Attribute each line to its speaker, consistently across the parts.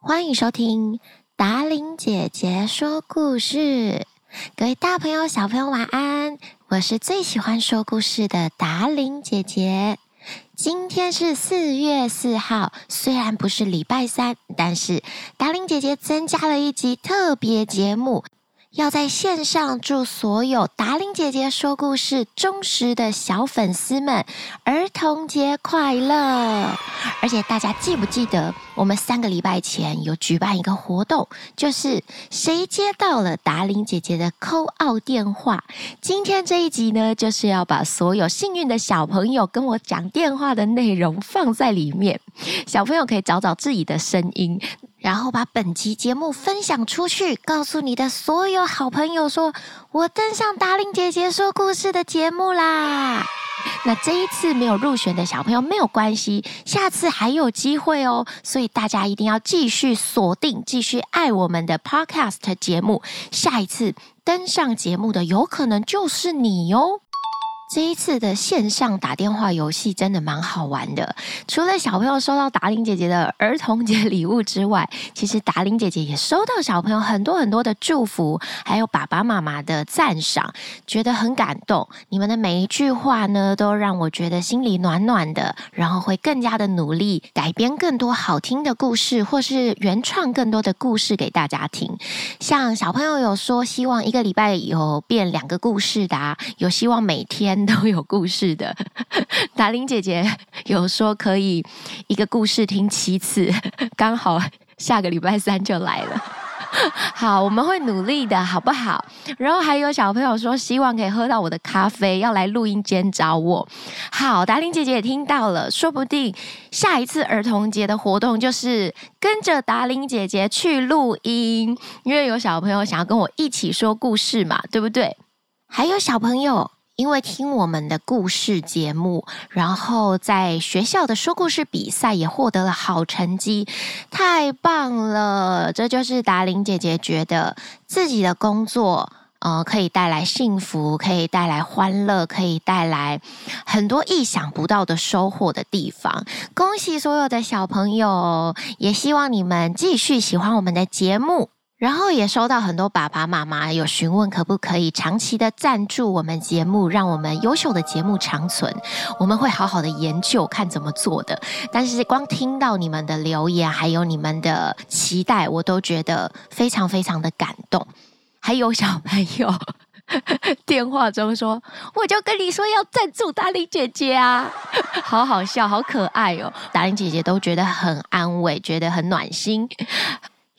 Speaker 1: 欢迎收听达玲姐姐说故事。各位大朋友、小朋友，晚安！我是最喜欢说故事的达玲姐姐。今天是四月四号，虽然不是礼拜三，但是达玲姐姐增加了一集特别节目，要在线上祝所有达玲姐姐说故事忠实的小粉丝们儿童节快乐！而且大家记不记得，我们三个礼拜前有举办一个活动，就是谁接到了达玲姐姐的扣奥电话？今天这一集呢，就是要把所有幸运的小朋友跟我讲电话的内容放在里面，小朋友可以找找自己的声音。然后把本集节目分享出去，告诉你的所有好朋友说，我登上达玲姐姐说故事的节目啦。那这一次没有入选的小朋友没有关系，下次还有机会哦。所以大家一定要继续锁定，继续爱我们的 Podcast 节目。下一次登上节目的有可能就是你哦。这一次的线上打电话游戏真的蛮好玩的，除了小朋友收到达玲姐姐的儿童节礼物之外，其实达玲姐姐也收到小朋友很多很多的祝福，还有爸爸妈妈的赞赏，觉得很感动。你们的每一句话呢，都让我觉得心里暖暖的，然后会更加的努力改编更多好听的故事，或是原创更多的故事给大家听。像小朋友有说，希望一个礼拜有变两个故事的、啊，有希望每天都有故事的。 达玲姐姐有说可以一个故事听七次， 刚好下个礼拜三就来了。 好，我们会努力的，好不好？然后还有小朋友说，希望可以喝到我的咖啡，要来录音间找我。好，达玲姐姐也听到了，说不定下一次儿童节的活动就是跟着达玲姐姐去录音，因为有小朋友想要跟我一起说故事嘛，对不对？还有小朋友。因为听我们的故事节目，然后在学校的说故事比赛也获得了好成绩，太棒了！这就是达玲姐姐觉得自己的工作，呃，可以带来幸福，可以带来欢乐，可以带来呃很多意想不到的收获的地方。恭喜所有的小朋友，也希望你们继续喜欢我们的节目。然后也收到很多爸爸妈妈有询问，可不可以长期的赞助我们节目，让我们优秀的节目长存。我们会好好的研究，看怎么做的。但是光听到你们的留言，还有你们的期待，我都觉得非常非常的感动。还有小朋友 电话中说，我就跟你说要赞助达玲姐姐啊， 好好笑，好可爱哦。达玲姐姐都觉得很安慰，觉得很暖心。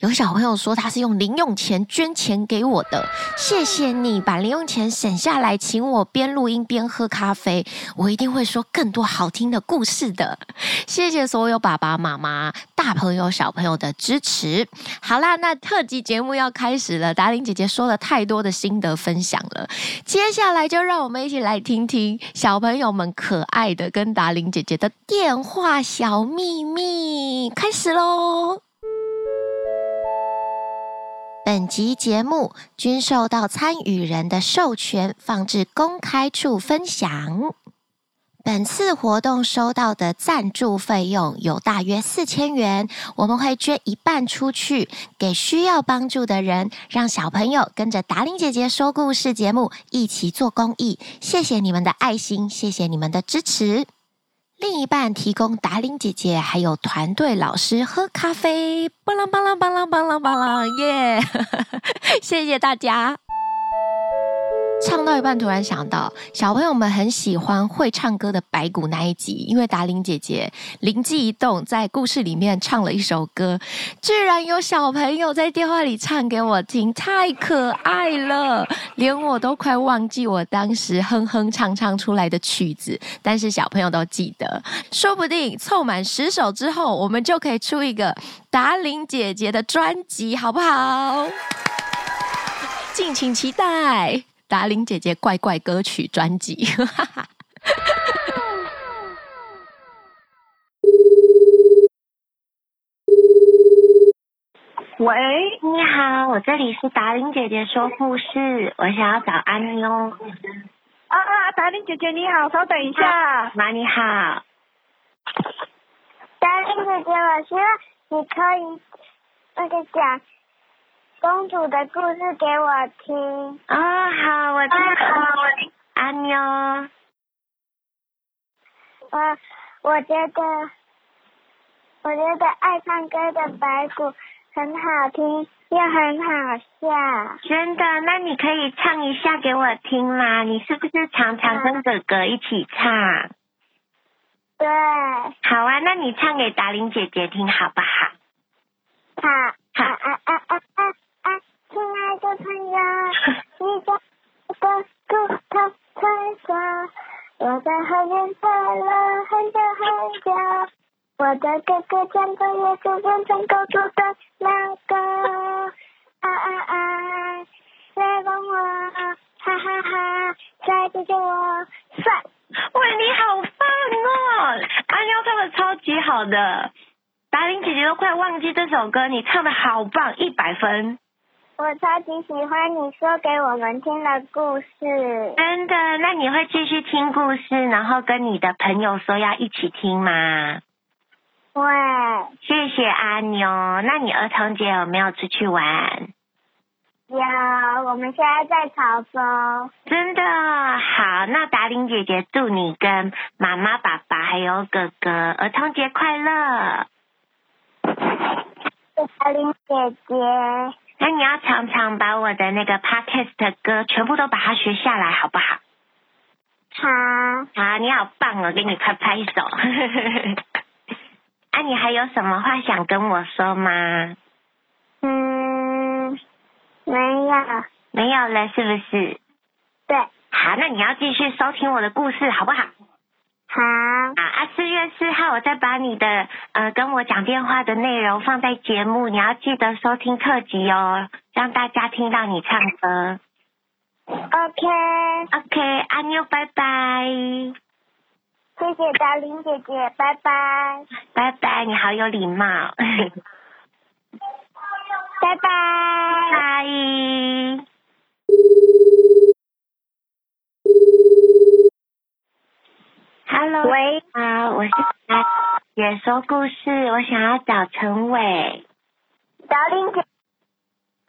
Speaker 1: 有小朋友说他是用零用钱捐钱给我的，谢谢你把零用钱省下来，请我边录音边喝咖啡，我一定会说更多好听的故事的。谢谢所有爸爸妈妈、大朋友、小朋友的支持。好啦，那特辑节目要开始了，达玲姐姐说了太多的心得分享了，接下来就让我们一起来听听小朋友们可爱的跟达玲姐姐的电话小秘密，开始喽。本集节目均受到参与人的授权，放至公开处分享。本次活动收到的赞助费用有大约四千元，我们会捐一半出去给需要帮助的人，让小朋友跟着达玲姐姐说故事节目一起做公益。谢谢你们的爱心，谢谢你们的支持。另一半提供达玲姐姐还有团队老师喝咖啡，巴拉巴拉巴拉巴拉巴拉，耶！ 谢谢大家。唱到一半，突然想到，小朋友们很喜欢会唱歌的白骨那一集，因为达玲姐姐灵机一动，在故事里面唱了一首歌，居然有小朋友在电话里唱给我听，太可爱了，连我都快忘记我当时哼哼唱唱出来的曲子，但是小朋友都记得，说不定凑满十首之后，我们就可以出一个达玲姐姐的专辑，好不好？敬请期待。达玲姐姐怪怪歌曲专辑。
Speaker 2: 喂，
Speaker 3: 你好，我这里是达玲姐姐说故事，我想要找安妞。
Speaker 2: 啊啊，达玲姐姐你好，稍等一下。
Speaker 3: 妈你好，
Speaker 4: 达玲姐姐，我希望你可以那就讲公主的故事给我听。
Speaker 3: 哦，哎好，我听了。安妞，
Speaker 4: 我我觉得，我觉得爱唱歌的白骨很好听，又很好笑。
Speaker 3: 真的？那你可以唱一下给我听吗？你是不是常常跟哥哥一起唱？
Speaker 4: 对，
Speaker 3: 好啊，那你唱给达玲姐姐听好不好？
Speaker 4: 好，啊啊啊啊啊啊！亲爱的朋友，你在我的骨头穿梭，我在后面走了很久很久。我的哥哥讲的也是变成公主的那个，啊啊啊！来帮我，哈哈哈！帅姐姐我帅，
Speaker 3: 哇，你好棒哦！安妞唱的超级好的，达玲姐姐都快忘记这首歌，你唱的好棒，一百分！
Speaker 4: 我超级喜欢你说给我们听的故事。
Speaker 3: 真的？那你会继续听故事，然后跟你的朋友说要一起听吗？
Speaker 4: 喂，
Speaker 3: 谢谢安妞。那你儿童节有没有出去玩？
Speaker 4: 有，我们现在在潮州。
Speaker 3: 真的好，那达玲姐姐祝你跟妈妈、爸爸还有哥哥儿童节快乐。
Speaker 4: 小林姐姐，
Speaker 3: 那你要常常把我的那个 podcast 的歌全部都把它学下来，好不好？
Speaker 4: 好，
Speaker 3: 好，你好棒哦，给你拍拍手。 啊，你还有什么话想跟我说吗？
Speaker 4: 嗯，没有，
Speaker 3: 没有了，是不是？
Speaker 4: 对，
Speaker 3: 好，那你要继续收听我的故事，好不好？
Speaker 4: 好，
Speaker 3: 啊啊！四月四号，我再把你的呃跟我讲电话的内容放在节目，你要记得收听特辑哦，让大家听到你唱歌。
Speaker 4: OK，
Speaker 3: OK，阿妞，拜拜，
Speaker 4: 谢谢小林姐姐，拜拜，
Speaker 3: 拜拜，你好有礼 貌，
Speaker 4: 拜拜。
Speaker 3: 拜。Hello，
Speaker 2: 喂，
Speaker 3: 好，啊我是也说故事，我想要找陈伟。
Speaker 4: 达令姐，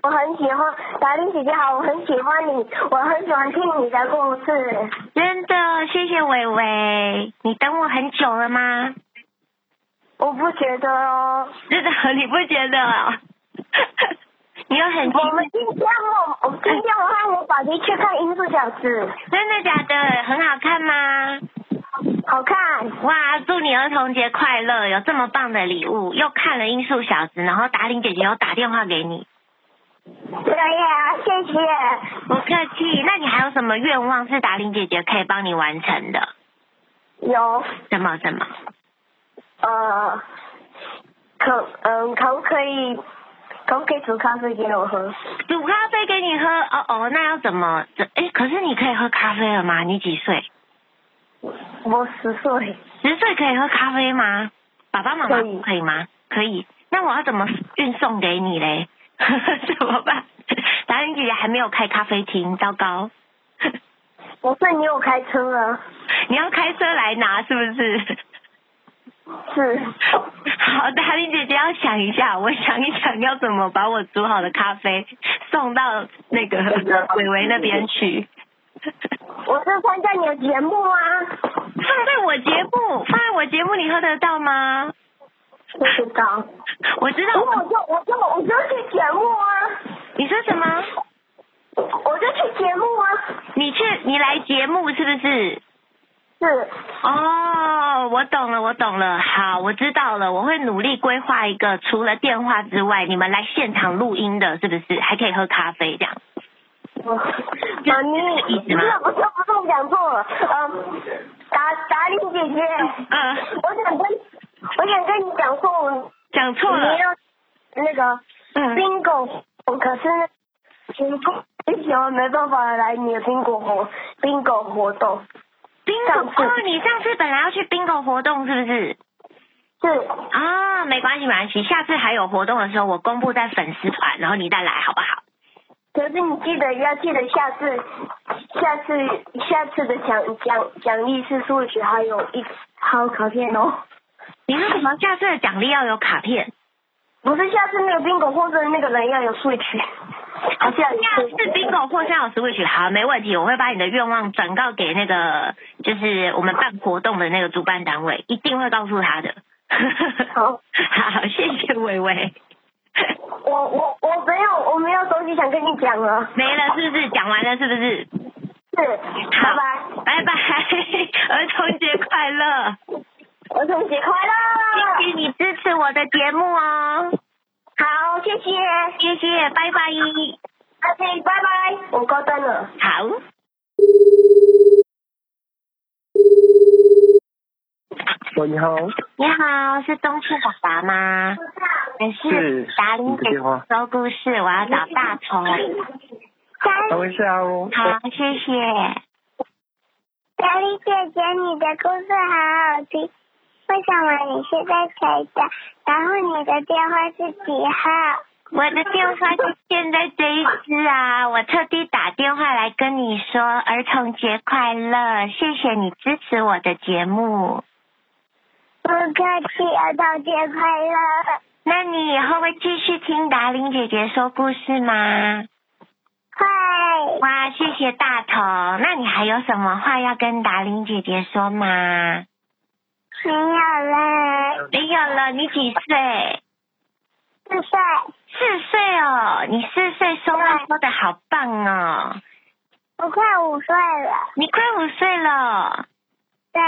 Speaker 4: 我很喜欢达令姐姐好，我很喜欢你，我很喜欢听你的故事。
Speaker 3: 真的，哦谢谢伟伟，你等我很久了吗？
Speaker 4: 我不觉得哦，
Speaker 3: 真的，你不觉得、哦？ 你有很
Speaker 4: 我们今天我我今天我和我宝弟去看《音速小子
Speaker 3: 真的假的？很好看吗？》，
Speaker 4: 好看。
Speaker 3: 哇，祝你儿童节快乐！有这么棒的礼物，又看了《音速小子》，然后达玲姐姐又打电话给你，
Speaker 4: 对呀，谢谢。
Speaker 3: 不客气。那你还有什么愿望是达玲姐姐可以帮你完成的？
Speaker 4: 有
Speaker 3: 什么什么？
Speaker 4: 呃，可嗯、可不可以可不可以煮咖啡给我喝？
Speaker 3: 煮咖啡给你喝？哦哦，那要怎么？这哎，可是你可以喝咖啡了吗？你几岁？
Speaker 4: 我十岁，
Speaker 3: 十岁可以喝咖啡吗？爸爸妈妈
Speaker 4: 可以
Speaker 3: 可以吗？可以。那我要怎么运送给你嘞？ 怎么办？达人姐姐还没有开咖啡厅，糟糕！
Speaker 4: 我是你有开车啊？
Speaker 3: 你要开车来拿是不 是？
Speaker 4: 是，
Speaker 3: 好，达玲姐姐要想一下，我想一想要怎么把我煮好的咖啡 送到那 个伟伟那边去。
Speaker 4: 我是参加你的节目啊，
Speaker 3: 放在我节目，放在我节目，你喝得到吗？
Speaker 4: 不知道。
Speaker 3: 我知
Speaker 4: 我
Speaker 3: 道，
Speaker 4: 就我就我就去节目啊，
Speaker 3: 你说什么？
Speaker 4: 我就去节目啊，
Speaker 3: 你去，你来节目是不是？
Speaker 4: 是
Speaker 3: 哦，我懂了，我懂了。好，我知道了，我会努力规划一个除了电话之外，你们来现场录音的，是不是？还可以喝咖啡这样。
Speaker 4: 我，妈咪，
Speaker 3: 意
Speaker 4: 不
Speaker 3: 思
Speaker 4: 是
Speaker 3: 吗
Speaker 4: 不是不是讲错了，嗯，达达令姐姐，
Speaker 3: 嗯，
Speaker 4: 我想跟我想跟你讲说，
Speaker 3: 讲
Speaker 4: 我
Speaker 3: 错
Speaker 4: 们
Speaker 3: 了。
Speaker 4: 要那个
Speaker 3: 嗯，
Speaker 4: 冰狗，可是苹果很喜欢没办法来你的冰果活冰狗活动，
Speaker 3: 冰
Speaker 4: 上次
Speaker 3: 狗哦，你上次本来要去冰狗活动是不是？
Speaker 4: 是
Speaker 3: 啊、没关系，没关系，下次还有活动的时候，我公布在粉丝团，然后你再来好不好？
Speaker 4: 可是你记得要记得下次，下次下次的奖奖奖励是数学还有一还有卡片哦。
Speaker 3: 你说什么？下次的奖励要有卡片？
Speaker 4: 不是下次那个冰狗或者那个人要有 switch，好
Speaker 3: 哦
Speaker 4: 像
Speaker 3: 要是 bingo 或是要有 switch，好，没问题，我会把你的愿望转告给那个，就是我们办活动的那个主办单位，一定会告诉他的。
Speaker 4: 好，
Speaker 3: 好，谢谢伟伟。
Speaker 4: 我我我没有我没有东西想跟你讲了，
Speaker 3: 没了是不是？讲完了是不是？
Speaker 4: 是，
Speaker 3: 好
Speaker 4: 拜
Speaker 3: 拜
Speaker 4: 拜，
Speaker 3: 拜，儿童节快乐！
Speaker 4: 儿童节快乐，
Speaker 3: 谢谢你支持我的节目哦，
Speaker 4: 好，谢谢，
Speaker 3: 谢谢，拜拜。
Speaker 4: 阿飞，拜拜，我挂断了。
Speaker 3: 好。
Speaker 5: 喂，你好，
Speaker 3: 你好，是东区爸爸吗？还是
Speaker 5: 是
Speaker 3: 达林
Speaker 5: 你的
Speaker 3: 姐
Speaker 5: 电话
Speaker 3: 说故事？我要找大头。
Speaker 5: 等我一下哦。
Speaker 3: 好，谢谢。
Speaker 4: 小丽姐姐，你的故事好好听，为什么你现在才打？然后你的电话是几号？
Speaker 3: 我的电话就现在这一支啊，我特地打电话来跟你说儿童节快乐，谢谢你支持我的节目。
Speaker 4: 不客气，儿童节快乐！
Speaker 3: 那你以后会继续听达玲姐姐说故事吗？
Speaker 4: 快，
Speaker 3: 哇，谢谢大头。那你还有什么话要跟达玲姐姐说吗？
Speaker 4: 没有了，
Speaker 3: 没有了，你几岁？
Speaker 4: 四岁，
Speaker 3: 四岁哦，你四岁说话说的好棒哦，
Speaker 4: 我快五岁了。
Speaker 3: 你快五岁了
Speaker 4: 对，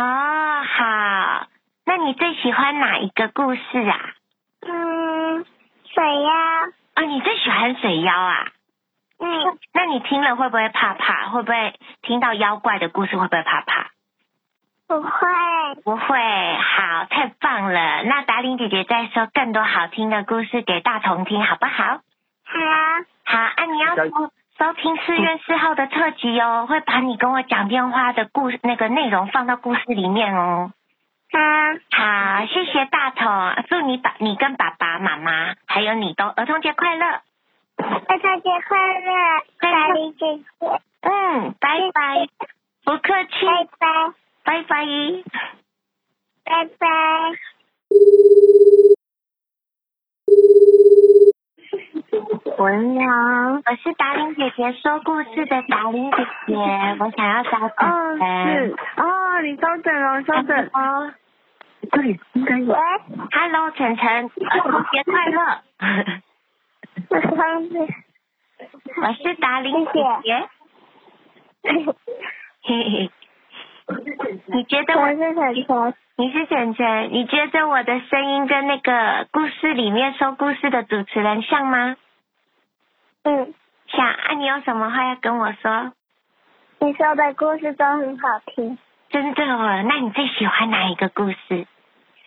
Speaker 3: 哦，好。那你最喜欢哪一个故事啊？
Speaker 4: 嗯，水呀，
Speaker 3: 哦，你最喜欢水妖啊？
Speaker 4: 嗯，
Speaker 3: 那你听了会不会怕怕？会不会听到妖怪的故事会不会怕怕？
Speaker 4: 不会，
Speaker 3: 不会，好，太棒了。那达玲姐姐再说更多好听的故事给大同听，好不好？
Speaker 4: 好，
Speaker 3: 好，啊，你要
Speaker 5: 加
Speaker 3: 收收听四月四号的特辑哦，会把你跟我讲电话的故那个内容放到故事里面哦。
Speaker 4: 好，
Speaker 3: 好，啊谢谢大同，祝你爸、你跟爸爸妈妈还有你都儿童节快乐。
Speaker 4: 儿童节快乐，小丽姐姐，
Speaker 3: 嗯，拜拜，不客气，
Speaker 4: 拜
Speaker 3: 拜
Speaker 4: 拜，
Speaker 3: 拜。
Speaker 4: 拜拜。
Speaker 3: 喂，你好，我是达玲姐姐说故事的达玲姐姐，我想要找姐
Speaker 2: 哦，
Speaker 3: 姐。
Speaker 2: 是哦，你稍等哦，稍等。
Speaker 3: 哦
Speaker 5: 这里应该有。
Speaker 3: ，Hello，晨晨，儿童节快 乐！
Speaker 4: 我上次，
Speaker 3: 我是达玲姐姐。嘿嘿，你觉得我
Speaker 4: 我是小球，
Speaker 3: 你是晨晨？你觉得我的声音跟那个故事里面说故事的主持人像吗？
Speaker 4: 嗯，
Speaker 3: 像啊，你有什么话要跟我说？
Speaker 4: 你说的故事都很好听。
Speaker 3: 真的哦，那你最喜欢哪一个故事？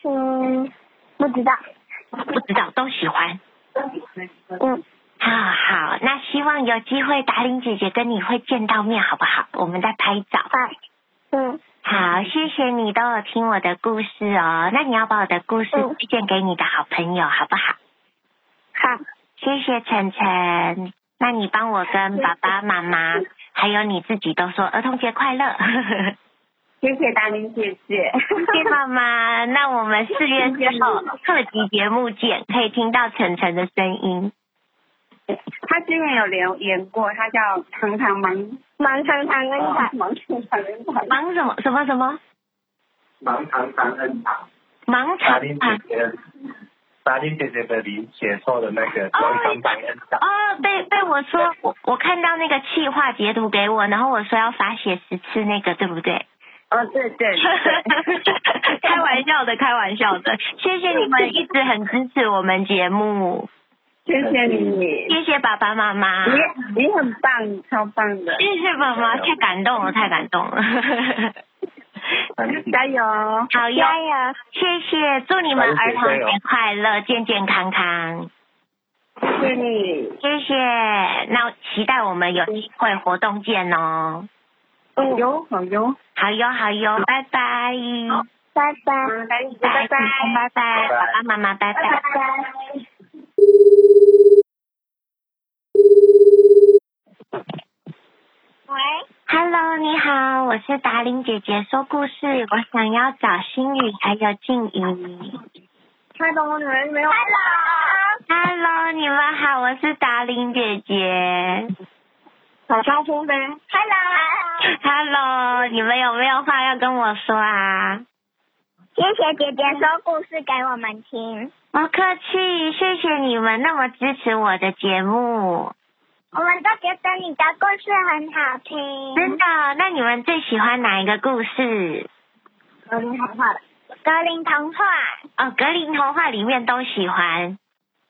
Speaker 4: 嗯，不知道。
Speaker 3: 不知道，都喜欢。
Speaker 4: 嗯，
Speaker 3: 好好，那希望有机会达玲姐姐跟你会见到面，好不好？我们再拍照。
Speaker 4: 好。嗯，
Speaker 3: 好，谢谢你都有听我的故事哦。那你要把我的故事
Speaker 4: 嗯
Speaker 3: 推荐给你的好朋友，好不好？
Speaker 4: 好，
Speaker 3: 谢谢晨晨，那你帮我跟爸爸妈妈还有你自己都说儿童节快乐。
Speaker 2: 谢谢达玲姐姐。
Speaker 3: 谢谢妈 妈，那我们四月四号特辑节目见，可以听到晨晨的声音。
Speaker 2: 她之前有留言过，她叫糖糖芒
Speaker 4: 忙长长跟
Speaker 2: 芒
Speaker 4: 长，
Speaker 2: 芒糖糖恩糖。
Speaker 3: 忙什么什么什么？
Speaker 5: 盲肠感恩堂，
Speaker 3: 忙
Speaker 5: 达
Speaker 3: 长
Speaker 5: 玲
Speaker 3: 啊
Speaker 5: 姐！姐，达玲姐姐的林写错的那个
Speaker 3: 哦
Speaker 5: 盲肠感恩堂。
Speaker 3: 哦，被被我说，我我看到那个气话截图给我，然后我说要罚写十次那个，对不对？
Speaker 2: 哦，对对对。
Speaker 3: 开玩笑的，开玩笑的，谢谢你们一直很支持我们节目，
Speaker 2: 谢谢你，
Speaker 3: 谢谢爸爸妈妈，
Speaker 2: 你你很棒，超棒的，
Speaker 3: 谢谢爸妈，太感动了，太感动了。
Speaker 5: 达玲姐姐
Speaker 2: 加油！
Speaker 3: 好哟，
Speaker 4: 加油！
Speaker 3: 谢谢，祝你们儿童节快乐，健健康康，
Speaker 2: 谢谢你，
Speaker 3: 谢谢。那期待我们有机会活动见哦。
Speaker 2: 好哟好哟，
Speaker 3: 好哟，好哟，拜拜，
Speaker 4: 拜拜，
Speaker 2: 嗯，达玲 姐姐
Speaker 3: 拜
Speaker 2: 拜
Speaker 3: 拜
Speaker 2: 拜。，
Speaker 3: 拜拜，
Speaker 5: 拜
Speaker 3: 爸爸妈妈，拜拜。
Speaker 4: 拜。喂，
Speaker 3: Hello，你好，我是达玲姐姐说故事，我想要找心雨还有静怡。
Speaker 2: 他懂你们没有？
Speaker 3: Hello，你们好，我是达玲姐姐。
Speaker 2: 打招呼呗。
Speaker 4: Hello，
Speaker 3: Hello，你们有没有话要跟我说啊？
Speaker 4: 谢谢姐姐说故事给我们听，
Speaker 3: 不客气，谢谢你们那么支持我的节目，
Speaker 4: 我们都觉得你的故事很好听。
Speaker 3: 真的。那你们最喜欢哪一个故事？
Speaker 2: 嗯格林好话了。
Speaker 4: 格林童话，
Speaker 3: 哦，格林童话里面都喜欢。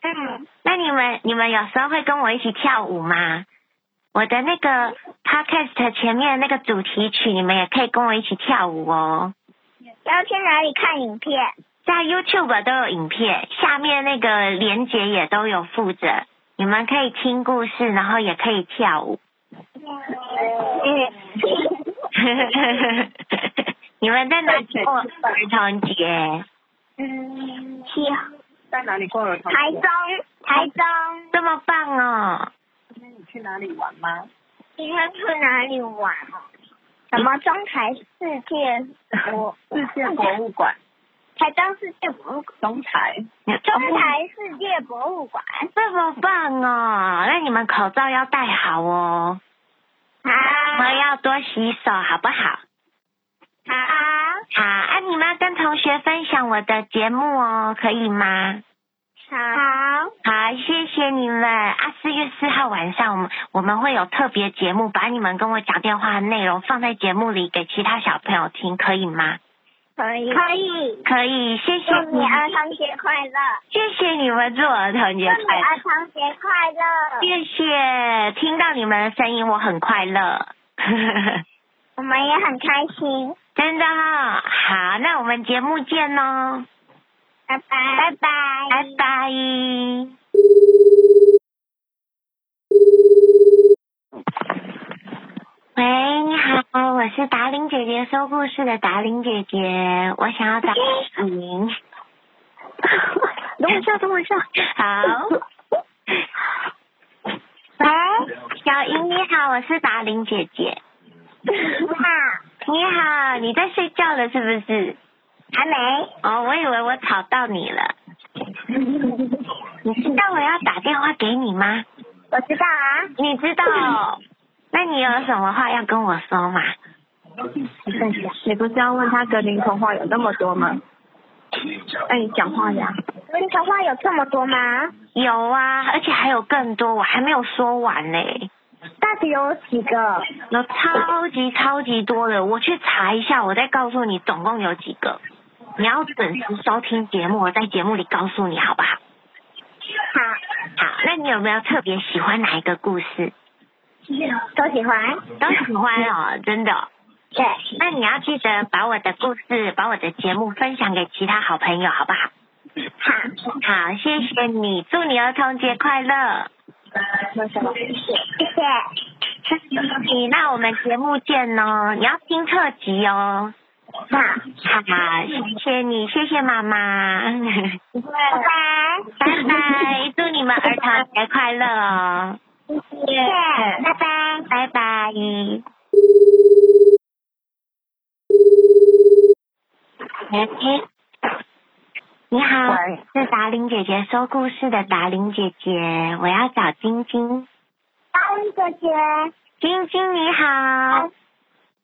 Speaker 4: 嗯，
Speaker 3: 那你们你们有时候会跟我一起跳舞吗？我的那个 podcast 前面那个主题曲，你们也可以跟我一起跳舞哦。
Speaker 4: 要去哪里看影片？
Speaker 3: 在 YouTube 都有影片，下面那个连结也都有附着，你们可以听故事，然后也可以跳舞。
Speaker 4: 嗯，
Speaker 3: 你们在哪里过儿童节？
Speaker 4: 嗯，去
Speaker 2: 在哪里过儿童节？
Speaker 4: 台中，台中，
Speaker 3: 这么棒哦！
Speaker 2: 那你去哪里玩吗？
Speaker 4: 今天去哪里玩哦？什么中台世界博，
Speaker 2: 世界博物馆，
Speaker 4: 台中世界博物，
Speaker 2: 东台。
Speaker 4: 中台世界博物馆。
Speaker 3: 这么棒哦！那你们口罩要戴好哦，我
Speaker 4: 好，
Speaker 3: 们要多洗手，好不好？
Speaker 4: 好，
Speaker 3: 好啊，你们要跟同学分享我的节目哦，可以吗？
Speaker 4: 好，
Speaker 3: 好，谢谢你们啊！四月四号晚上，我们我们会有特别节目，把你们跟我讲电话的内容放在节目里给其他小朋友听，可以吗？
Speaker 4: 可以，可以。
Speaker 3: 可以，谢谢
Speaker 4: 祝
Speaker 3: 你
Speaker 4: 你
Speaker 3: 们，
Speaker 4: 儿童节快乐！
Speaker 3: 谢谢你们，祝儿童
Speaker 4: 祝
Speaker 3: 节快
Speaker 4: 你
Speaker 3: 乐！
Speaker 4: 儿童节快乐！
Speaker 3: 谢谢，听到你们的声音，我很快 乐，
Speaker 4: 我们也很开心，
Speaker 3: 真的哈、好，那我们节目见哦喽，
Speaker 4: 拜拜，拜拜，
Speaker 3: 拜拜。喂，你好，我是达玲姐姐说故事的达玲姐姐，我想要找您。
Speaker 4: 等我一下，等我一 下。
Speaker 3: 好，
Speaker 4: 喂，
Speaker 3: 小莹你好，我是达玲姐姐。
Speaker 4: 你好，
Speaker 3: 你好，你在睡觉了是不是？
Speaker 4: 还没？
Speaker 3: 哦，我以为我吵到你了。你知道我要打电话给你吗？
Speaker 4: 我知道啊，
Speaker 3: 你知道哦、那你有什么话要跟我说吗？
Speaker 2: 啊你不是要问他格林童话有那么多吗？那你讲话呀。
Speaker 4: 你童话有这么多吗？
Speaker 3: 有啊，而且还有更多，我还没有说完呢、
Speaker 4: 到底有几个？
Speaker 3: 有超级超级多的，我去查一下，我再告诉你总共有几个。你要准时收听节目，我在节目里告诉你好不好？
Speaker 4: 好，
Speaker 3: 好，那你有没有特别喜欢哪一个故事？
Speaker 4: 都喜欢。
Speaker 3: 都喜欢哦，真的哦、
Speaker 4: 对，
Speaker 3: 那你要记得把我的故事、把我的节目分享给其他好朋友，好不好？
Speaker 4: 好，
Speaker 3: 好，谢谢你，祝你儿童节快乐。
Speaker 4: 谢谢。
Speaker 3: 你那我们节目见哦，你要听特辑哦。
Speaker 4: 好，
Speaker 3: 好，谢谢你，谢谢妈妈，
Speaker 4: 拜拜，
Speaker 3: 拜拜，祝你们儿童节快乐哦，
Speaker 4: 谢谢，拜拜。
Speaker 3: 拜拜。喂，你好，是达玲姐姐说故事的达玲姐姐，我要找晶晶。
Speaker 4: 高丽姐姐，
Speaker 3: 晶晶你好，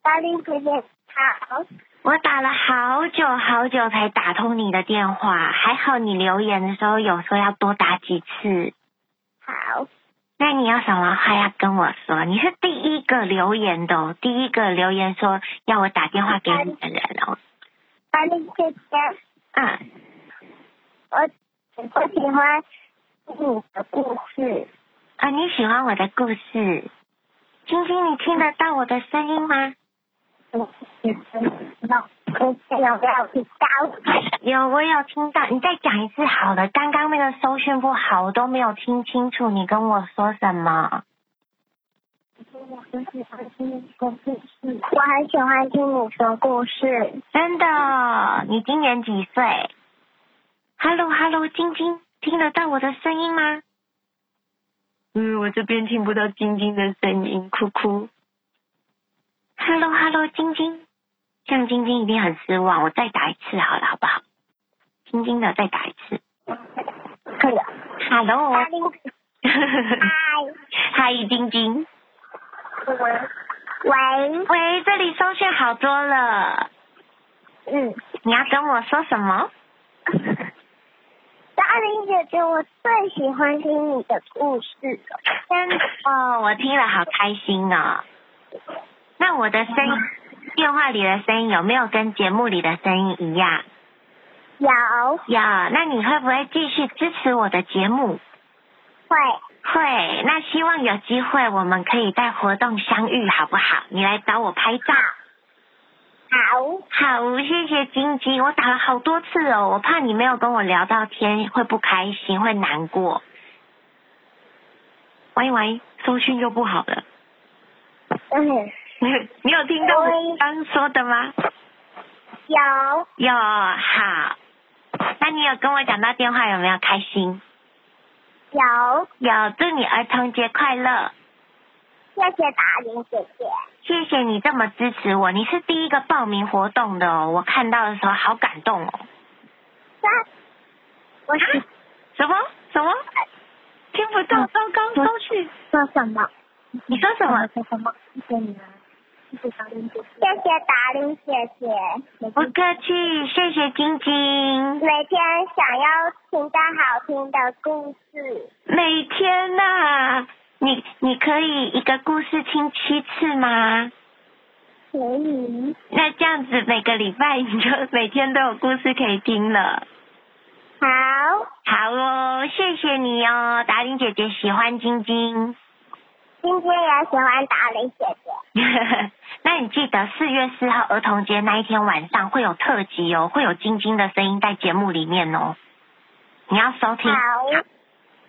Speaker 4: 高丽姐姐好，
Speaker 3: 我打了好久好久才打通你的电话，还好你留言的时候有说要多打几次。
Speaker 4: 好，
Speaker 3: 那你有什么话要跟我说？你是第一个留言的、哦，第一个留言说要我打电话给你的人哦。
Speaker 4: 高丽姐姐，
Speaker 3: 嗯，
Speaker 4: 我我喜欢你的故事，
Speaker 3: 啊，你喜欢我的故事？晶晶，你听得到我的声音吗？
Speaker 4: 你知道你有没有听到？
Speaker 3: 有，我有听到。你再讲一次好了，刚刚那个收讯不好，我都没有听清楚你跟我说什么。
Speaker 4: 我很喜欢听你说故事，
Speaker 3: 真的哦，你今年几岁？Hello Hello，晶晶，听得到我的声音吗？嗯，我这边听不到晶晶的声音，哭哭。Hello Hello，晶晶，这样晶晶一定很失望，我再打一次好了，好不好？轻轻的再打一次。
Speaker 4: 可以啊了。
Speaker 3: Hello，
Speaker 4: 大林，嗨，
Speaker 3: 嗨，晶晶，
Speaker 4: 喂，
Speaker 3: 喂，这里收讯好多了，
Speaker 4: 嗯，
Speaker 3: 你要跟我说什么？
Speaker 4: 大林姐姐，我最喜欢听你的故事了，
Speaker 3: 真的哦，我听了好开心哦。那我的声音，电话里的声音有没有跟节目里的声音一样？
Speaker 4: 有
Speaker 3: 有，那你会不会继续支持我的节目？
Speaker 4: 会，
Speaker 3: 会，那希望有机会我们可以在活动相遇，好不好？你来找我拍照。
Speaker 4: 好，
Speaker 3: 好，谢谢晶晶，我打了好多次哦，我怕你没有跟我聊到天会不开心，会难过。喂喂，收讯又不好了，
Speaker 4: 嗯，
Speaker 3: 你有听到我
Speaker 4: 喂
Speaker 3: 刚说的吗？
Speaker 4: 有
Speaker 3: 有，好。那你有跟我讲到电话有没有开心？
Speaker 4: 有，
Speaker 3: 有，祝你儿童节快乐！
Speaker 4: 谢谢大林姐姐，
Speaker 3: 谢谢你这么支持我，你是第一个报名活动的哦，我看到的时候好感动哦。
Speaker 4: 三，我是
Speaker 3: 什么什么？听不到，糟糕，收去。
Speaker 4: 说什么？
Speaker 3: 你说什么？
Speaker 4: 说什么？谢谢你啊，谢谢达林姐姐，谢谢达林姐姐。
Speaker 3: 不客气，谢谢晶晶。
Speaker 4: 每天想要听到好听的故事，
Speaker 3: 每天呐、你你可以一个故事听七次吗？
Speaker 4: 可以，
Speaker 3: 那这样子每个礼拜你就每天都有故事可以听了。
Speaker 4: 好，
Speaker 3: 好哦，谢谢你哦，达玲姐姐喜欢晶晶。
Speaker 4: 今天也喜欢达林姐姐。
Speaker 3: 那你记得四月四号儿童节那一天晚上会有特辑哦，会有晶晶的声音在节目里面哦，你要收听。
Speaker 4: 好，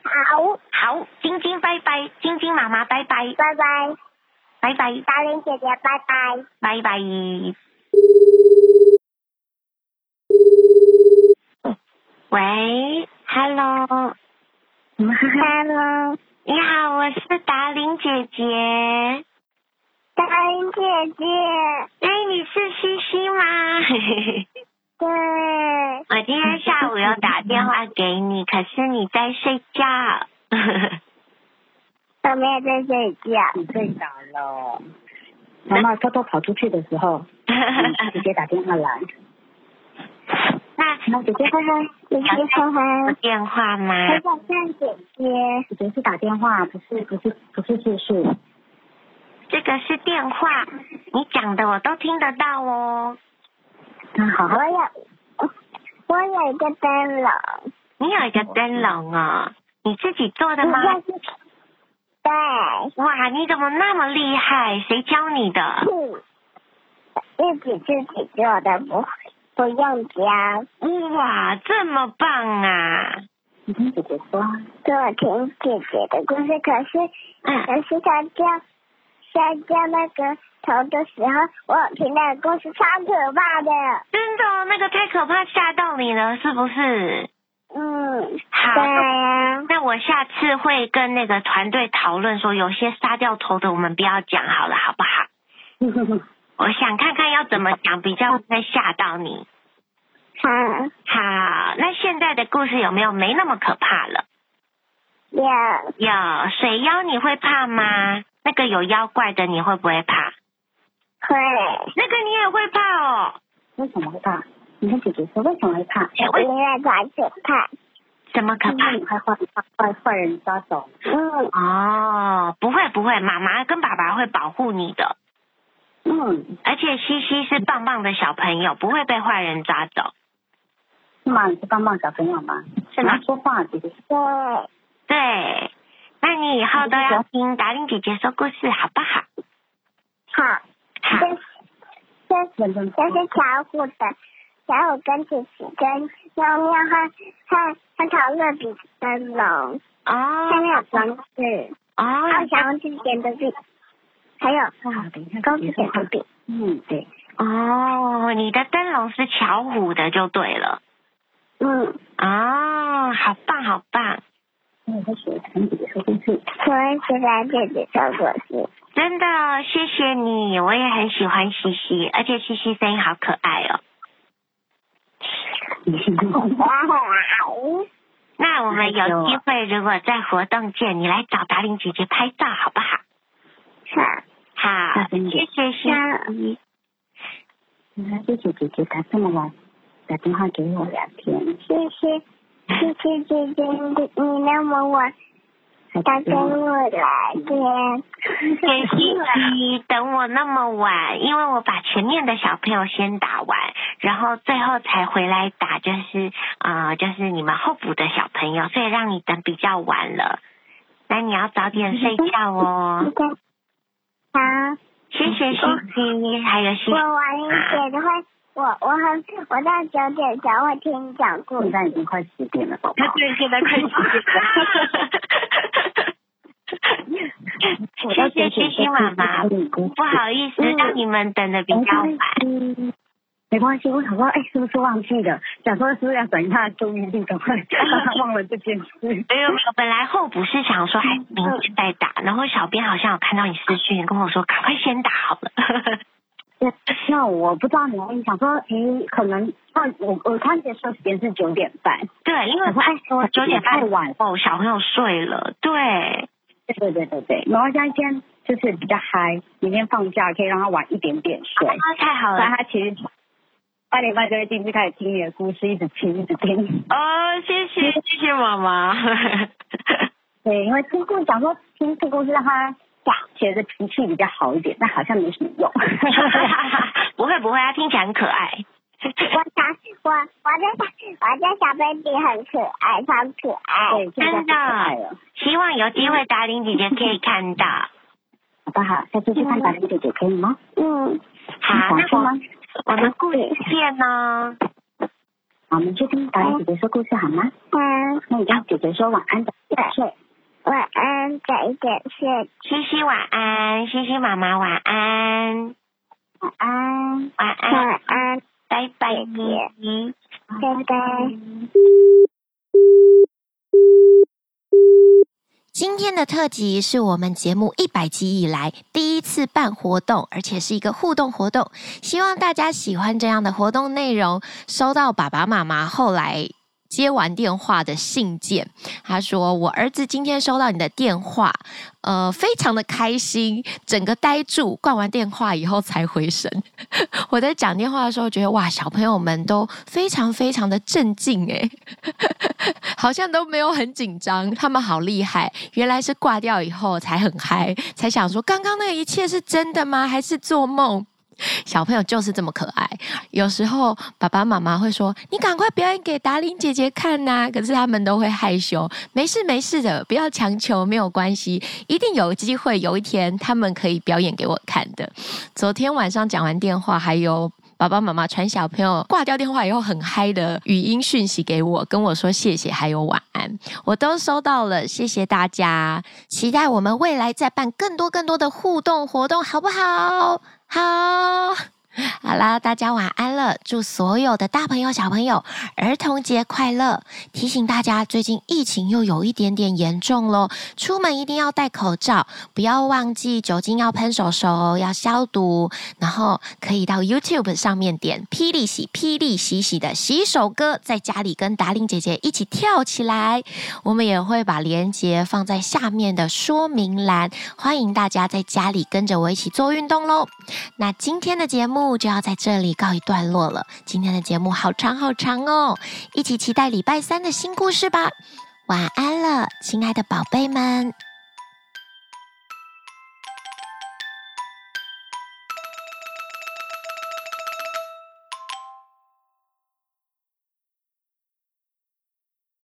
Speaker 4: 好，
Speaker 3: 好，晶晶拜拜，晶晶妈妈拜拜，
Speaker 4: 拜拜，
Speaker 3: 拜拜，
Speaker 4: 达林姐姐，拜拜。
Speaker 3: 拜拜。喂，Hello，
Speaker 4: Hello，
Speaker 3: 你好，我是达玲姐姐。
Speaker 4: 达林姐姐，
Speaker 3: 哎，你是西西吗？
Speaker 4: 对，
Speaker 3: 我今天下午有打电话给你，可是你在睡觉。
Speaker 4: 我们也在睡觉。
Speaker 6: 你睡着了。妈妈偷偷跑出去的时候，你直接打电话来。
Speaker 3: 那
Speaker 6: 那姐姐，
Speaker 4: 欢欢，姐姐欢
Speaker 3: 有
Speaker 4: 欢，
Speaker 3: 电话吗
Speaker 4: 我？想看姐姐。
Speaker 6: 姐姐是打电话，不是不是不是叙述。
Speaker 3: 这个是电话，你讲的我都听得到哦。
Speaker 6: 那好
Speaker 4: 我
Speaker 6: 好，
Speaker 4: 有，我有一个灯笼，
Speaker 3: 你有一个灯笼哦，你自己做的吗？
Speaker 4: 就是对，
Speaker 3: 哇，你怎么那么厉害？谁教你的？
Speaker 4: 嗯自己自己做的，不不用教，
Speaker 3: 哇，这么棒啊！
Speaker 6: 你听姐姐说。
Speaker 4: 给我听姐姐的故事。可是
Speaker 3: 嗯，
Speaker 4: 可是她叫她叫那个头的时候，我有听那个故事超可怕的，
Speaker 3: 真的哦、那个太可怕，吓到你了，是不是？
Speaker 4: 嗯，
Speaker 3: 好。
Speaker 4: 对啊，
Speaker 3: 那我下次会跟那个团队讨论说，有些杀掉头的我们不要讲好了，好不好？我想看看要怎么讲比较不会吓到你。
Speaker 4: 好，
Speaker 3: 好，那现在的故事有没有没那么可怕了？
Speaker 4: 有
Speaker 3: 有水妖你会怕吗？那个有妖怪的你会不会怕？
Speaker 4: 会，
Speaker 3: 那个你也会怕哦？
Speaker 6: 为什么会怕？你听姐姐说，为什么会怕？
Speaker 3: 哎为
Speaker 4: 因为她可怕，
Speaker 3: 什么可
Speaker 6: 因
Speaker 3: 怕
Speaker 6: 为？你害怕坏坏人抓走。
Speaker 4: 嗯
Speaker 3: 哦，不会不会，妈妈跟爸爸会保护你的，
Speaker 6: 嗯，
Speaker 3: 而且西西是棒棒的小朋友，不会被坏人抓走，
Speaker 6: 是吗？你是棒棒小朋友吗？
Speaker 3: 是吗
Speaker 6: 你要？说话，姐姐。
Speaker 3: 哦
Speaker 4: 对。
Speaker 3: 对，那你以后都要听达令姐姐说故事，好不好？
Speaker 4: 好，这
Speaker 3: 好，
Speaker 4: 这
Speaker 6: 认真说
Speaker 4: 这。是小虎的，小虎跟琪琪跟喵喵和和和陶乐比的龙，下
Speaker 3: 哦
Speaker 4: 面有装饰，还有
Speaker 3: 哦
Speaker 4: 小公主点的饼，还有
Speaker 6: 啊，等一下，
Speaker 4: 公主
Speaker 6: 姐姐
Speaker 4: 点
Speaker 6: 说
Speaker 4: 的饼，
Speaker 6: 嗯，对。
Speaker 3: 哦，你的灯笼是巧虎的就对了。
Speaker 4: 嗯，
Speaker 3: 哦，好棒好棒，
Speaker 6: 我在学，听姐姐说故事。
Speaker 4: 我也喜欢姐姐做果事，
Speaker 3: 真的谢谢你，我也很喜欢西西，而且西西声音好可爱哦。那我们有机会，如果在活动见，你来找达玲姐姐拍照，好不好？
Speaker 4: 好，
Speaker 3: 好
Speaker 6: 大，
Speaker 3: 谢
Speaker 6: 声点。
Speaker 3: 谢心怡。
Speaker 6: 原来谢谢姐姐打这么晚打电话给我聊天，
Speaker 4: 谢谢谢谢姐姐，你你那么晚
Speaker 6: 还
Speaker 4: 打
Speaker 6: 打
Speaker 4: 给
Speaker 6: 电话。
Speaker 4: 我来电，
Speaker 3: 给心怡等我那么晚，因为我把前面的小朋友先打完，然后最后才回来打，就是呃，就是你们候补的小朋友，所以让你等比较晚了。那你要早点睡觉哦。
Speaker 4: 好，
Speaker 3: 谢谢心怡，还有心
Speaker 4: 我晚一点的话，我我很我到九点整我听你讲故
Speaker 6: 现
Speaker 4: 事。
Speaker 6: 在已经快十点了，宝宝。
Speaker 3: 对，现在快十点
Speaker 6: 我
Speaker 3: 了。
Speaker 6: 到
Speaker 3: 谢谢
Speaker 6: 九点
Speaker 3: 星星妈妈，不好意思让你们等的比较晚。
Speaker 6: 嗯，没关系，我想说，哎，是不是忘记了？想说是不是要转移他的注意力，赶快 让他忘了这件事。
Speaker 3: 没有没有，本来候补是想说还是明天再打，然后小编好像有看到你私讯跟我说，赶快先打好了。
Speaker 6: 那我不知道你们想说，诶，可能那我我看解说时间是九点半，
Speaker 3: 对，因为
Speaker 6: 想说哎，我
Speaker 3: 九点
Speaker 6: 太
Speaker 3: 半
Speaker 6: 晚。
Speaker 3: 后小朋友睡了，对，
Speaker 6: 对对对对对，然后现在今天就是比较嗨，明天放假可以让他晚一点点睡，
Speaker 3: 啊太好
Speaker 6: 不
Speaker 3: 了
Speaker 6: 然。他其实八点半就会进去开始听你的故事，一直听一直听。
Speaker 3: 哦，谢谢谢谢妈妈。
Speaker 6: 对，因为听故想说听这故事让他哇觉得脾气比较好一点，但好像没什么用。
Speaker 3: 不会不会，他听起来很可爱。嗯
Speaker 4: 我想我我家我家小 baby 很可爱，超可爱。
Speaker 3: 哦
Speaker 6: 对，现在可爱了，
Speaker 3: 希望有机会达玲姐姐可以看到。
Speaker 6: 好不好？下次去看达玲姐姐可以吗？
Speaker 4: 嗯，
Speaker 3: 好，
Speaker 6: 想去
Speaker 3: 那我
Speaker 6: 吗
Speaker 3: 们？我们故事见哦。
Speaker 6: 好，我们去听达玲姐姐说故事好吗？
Speaker 4: 嗯，
Speaker 6: 那你跟姐姐说晚安，早点睡。
Speaker 4: 晚安，早一点睡，
Speaker 3: 西西晚安，西西妈妈晚安，
Speaker 4: 晚安，
Speaker 3: 晚安，
Speaker 4: 晚安，
Speaker 3: 嗯拜拜。
Speaker 4: 姐姐拜拜。
Speaker 1: 今天的特辑是我们节目一百集以来第一次办活动，而且是一个互动活动。希望大家喜欢这样的活动内容。收到爸爸妈妈后来接完电话的信件，他说：“我儿子今天收到你的电话，呃，非常的开心，整个呆住，挂完电话以后才回神。” 我在讲电话的时候，觉得哇，小朋友们都非常非常的镇静哎诶，好像都没有很紧张，他们好厉害。原来是挂掉以后才很嗨，才想说刚刚那个一切是真的吗？还是做梦？小朋友就是这么可爱。有时候爸爸妈妈会说：“你赶快表演给达玲姐姐看呐、可是他们都会害羞。没事没事的，不要强求，没有关系，一定有机会，有一天他们可以表演给我看的。昨天晚上讲完电话，还有爸爸妈妈传小朋友挂掉电话以后很嗨的语音讯息给我，跟我说谢谢，还有晚安，我都收到了，谢谢大家，期待我们未来再办更多更多的互动活动，好不 好？好。好啦，大家晚安了！祝所有的大朋友、小朋友儿童节快乐！提醒大家，最近疫情又有一点点严重喽，出门一定要戴口罩，不要忘记酒精要喷手手，要消毒，然后可以到 YouTube 上面点“霹雳洗霹雳洗洗”的洗手歌，在家里跟达令姐姐一起跳起来。我们也会把链接放在下面的说明栏，欢迎大家在家里跟着我一起做运动喽。那今天的节目就要在这里告一段落了，今天的节目好长好长哦，一起期待礼拜三的新故事吧。晚安了，亲爱的宝贝们。